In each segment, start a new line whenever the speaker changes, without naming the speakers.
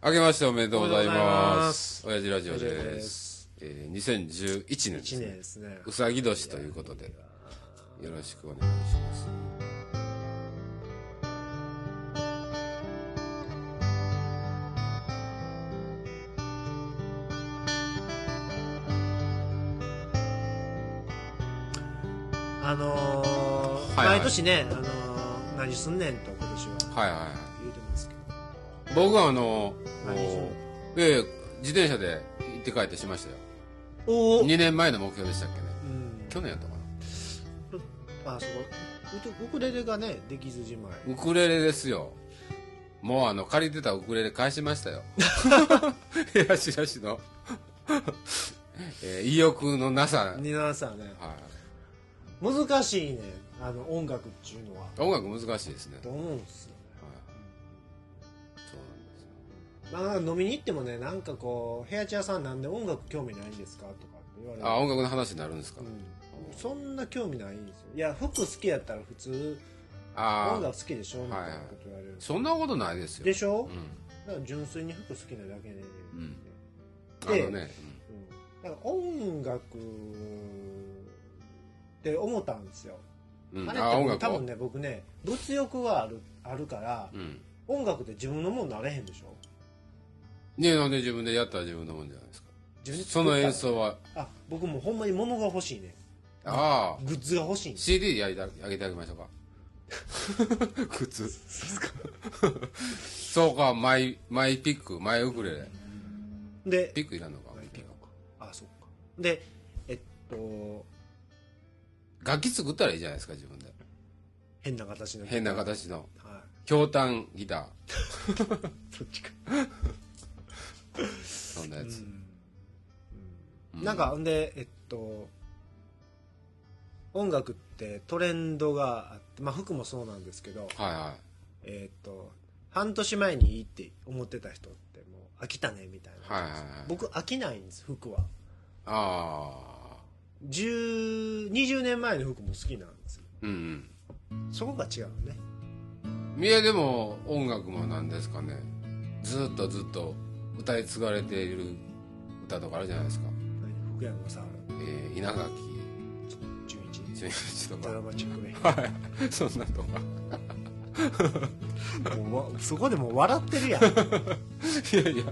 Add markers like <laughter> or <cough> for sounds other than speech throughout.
あけましておめでとうござい
おめでとうござい
ま
ますす
親父ラジオ
親父ラジオ
で
です
えー、2011年です
1
ね
年ですね。
うさぎ年ということでよろしくお願いします
あのー
はいはい
毎年ね、あのー何すんねんと今年は
はいはいは
言うてますけど。
い僕はあの
何しに
いやいや自転車で行って帰ってしましたよ
おー
2年前の目標でしたっけね
うん。
去年やったかな
あ、そう。ウクレレがね、できずじまい。
ウクレレですよ。もうあの、借りてたウクレレ返しましたよ。ヘラシラシの、 <laughs> えー意欲のなさ。
二七さんね、
は
難しいね、あの、音楽っていうのは。
い、音楽難しいですね。
と思うんですよね。
はい、そうなんですよ。
まあ、飲みに行ってもね、なんかこう、部屋チ屋さんなんで音楽興味ないんですかとかって言われて。
あ、音楽の話になるんですか、
うんそんな興味ないんですよ。いや、服好きやったら普通、
あ
音
あ
楽、好きでしょみたいなこと言われる。
そんなことないですよ。
でしょ、
う
だから純粋に服好きなだけで、
んん。あ
で
のね、
うんだから音楽って思ったんですよ、
うん。うん
あれ
あ、音
って
楽
多
を
分。ね僕ね物欲はあるあるから
うん。
音楽って自分のもんなれへんでしょ
ねなんで自分でやったら自分のもんじゃないですか。
自分で
そ
作った
の演奏は、
あ僕もうほんまに物が欲しいね
ああ、
グッズが欲しいんです
CD やりたあげてあげましょう
<laughs>
か靴そうかマイマイピックマイウクレレ
で
ピックいらんのか
マイピックかあそっかでえっと
楽器作ったらいいじゃないですか自分で
変な形の
変な形の
は
ひょうたんギタ
いそっちか
ーそんなやつ、う
なんかほんでえっと音楽ってトレンドがあって、まあ、服もそうなんですけど、
はいは
えっと半年前にいいって思ってた人ってもう飽きたねみたい
い
な、
はいはいはい
僕飽きないんです服は
ああ
10 20年前の服も好きなんですよ
うん
そこが違うのね
うんいやでも音楽もなんですかねずっとずっと歌い継がれている歌とかあるじゃないですか、
何福山雅治
えー、稲垣
純一
純一と
ドラ
か
マチックね
はいそんなとか <laughs>
もうわそこでもう笑ってるやん
いやいや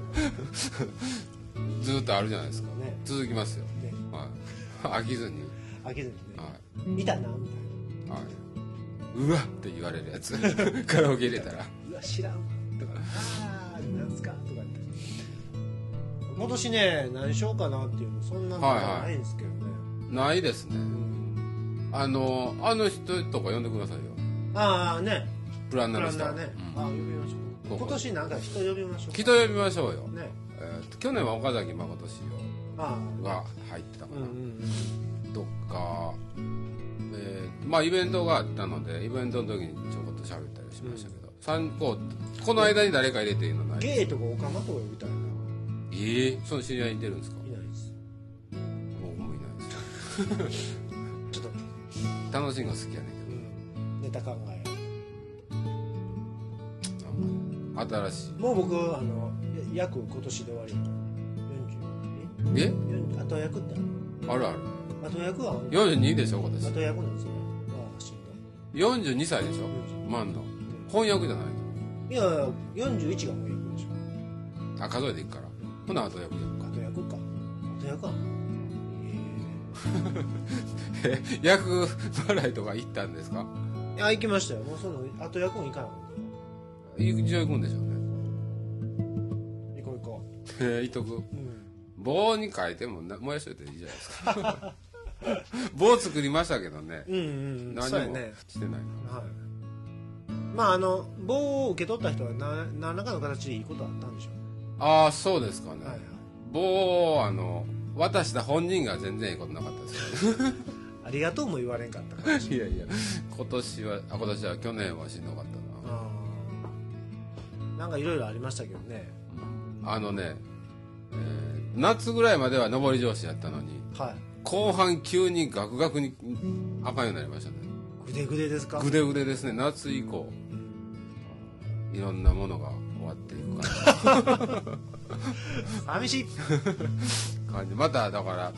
ずっとあるじゃないですか
ね
続きますよ、
ね
はい、飽きずに、
飽きずに
は
ね見たなみたい
いはい、うわって言われるや
<laughs>
つカラオケ入れたら
なうわ知らんわとかああなんすかとかって今年ね何しようかなっていうのそんなの
はいはい
ないんですけどね、
ないですね
うん
あのあの人とか呼んでくださいよ
ああね
プラン
プ
ナー
ラ
の人
ンナーね、ああ呼びましょ
ど
う
こ
今年なんか人呼びましょう
うん
か
人呼びましょうよ、
ね
えーと去年は岡崎誠氏
ああ
が入ってたか
うん
な、
うんうん
とか、えーまあイベントがあったのでイベントの時にちょこっと喋ったりしましたけど、参考この間に誰か入れていいのない
ゲイとかオカマとか呼びたいな
ええその知り合いに出るんですか
いないです
僕もいないです
ちょっと、
楽しいのが好きやねん
うん、ネタ考えよ
けどなんか新し
うもう僕あのや約今年で終わりやから40
いえ
え40あと役ってある
あるある
あと役はあんの
42でしょ今年
あと役なんですねああ死ん
42歳でしょ
だ
万の翻訳じゃない
いやいや41がもう役でしょ
あ数えていくからほな後役で
あと役かあと役は
<laughs> 役払いとか行ったんですか
ええあ行きましたよもうそのあと役も行かない
一応行くんでしょうね <laughs>
行こう行こ
えー、いとく
ううん
棒に書いてもな燃やしといていいじゃないですか <laughs> 棒作りましたけどね
うんうんうん
何
そうや
も
ね
してない
はいまああの棒を受け取った人はな何らかの形でいいことはあったんでしょ
ああそうですかね、
う、はいはい、
棒をあの渡した本人が全然いいことなかったですよ
ありがとうも言われん
<laughs>
かったから
いやいや今年はあ今年は去年はしんどかったな
あーなんかいろいろありましたけどね
あのね、えー夏ぐらいまでは上り調子やったのに
は
後半急にガクガクにあかんようになりましたね
いグデグデですか
ぐでぐでですね夏以降いろんなものが終わっていく感
寂しい
感じまただから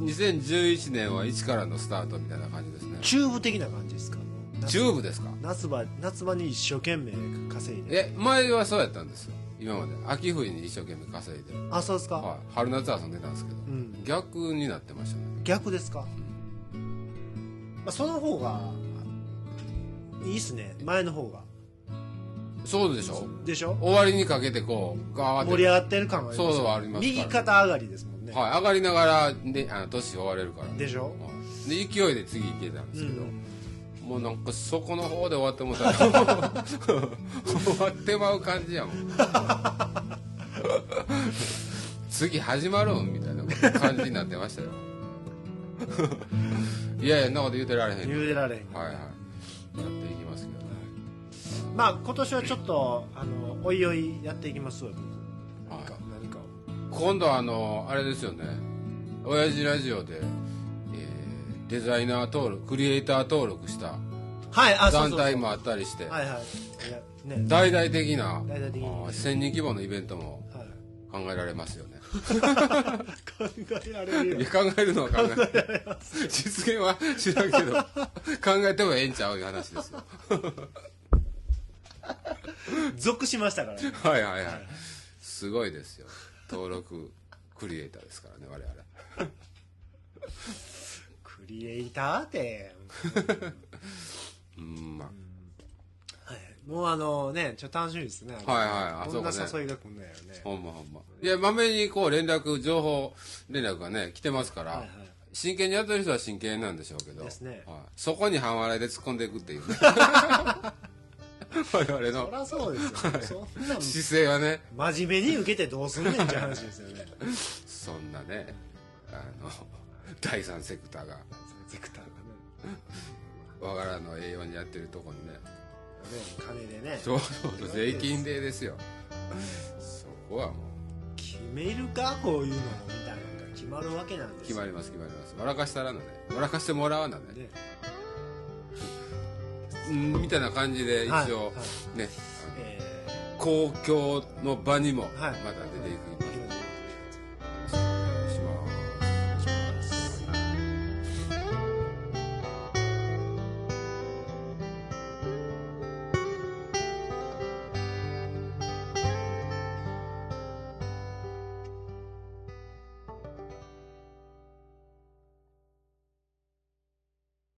2011年は一からのスタートみたいな感じですね
チューブ的な感じですか
チューブですか
夏場夏場に一生懸命稼いで
え前はそうやったんですよ今まで秋冬に一生懸命稼いで、
あそうですか、
はい、春夏遊んでたんですけど、
うん
逆になってましたね
逆ですか、まあ、その方がいいっすね前の方が
そうでしょ
でしょ
終わりにかけてこうガー
盛
って
り上がってる感がありますよ
そうそうありますから
右肩上がりですもんね、
はい、上がりながらであの年終われるから
でしょ
はいで勢いで次行けたんですけど、
うん
もうなんかそこの方で終わってもうたら終わってまう感じやもん次始まるんみたいな感じになってましたよいやいやそんなこと言うてられへん
言うてられへん
はいはいやっていきますけどね
まあ今年はちょっとあのおいおいやっていきますわ
はい
何か何かを
今度はあのあれですよね親父ラジオで、えーデザイナー登録クリエイター登録した
はいあそう
団
そうそう
体もあったりして
はいはいいやね
大々的な
大々的に
あー1000人規模のイベントも
はい
考えられますよね
考えられるよ
いや考えるのは考えない実現は知らんけど考えてもええんちゃういう話ですよ
属しましたからね
<laughs> はいはいはいすごいですよ登録クリエイターですからね我々
クリエイターって
うんまあ
はいもうあのねちょっと楽しみですね
はいはいあ
こんな
そうか
誘いが来んないよね
ほんまほんま。いや、まめにこう連絡、情報連絡がね、来てますから、
はいはい
真剣にやってる人は真剣なんでしょうけど、
ですね
はい、そこに半笑いで突っ込んでいくっていう
<laughs>
ね。我々
そり
の
ゃそうですよそ
<laughs>
んなん
姿勢はね、
真面目に受けてどうすんねんって話ですよね
そんなね、あの、 <laughs> 第三セクターが
セクターがね
我がらの栄養にやってるとこにね、
ね金でね
ちょうど税金でですよ。そこはも
決めるかこういうのもみたいなのが決まるわけなん
う、
です
決
よ
まります決まります。笑かしたらなね、笑かしてもらわなね、
ね
うんみたいな感じで一応、
はいは
ね、あの
え
公共の場にもま
はい
た出ていくよ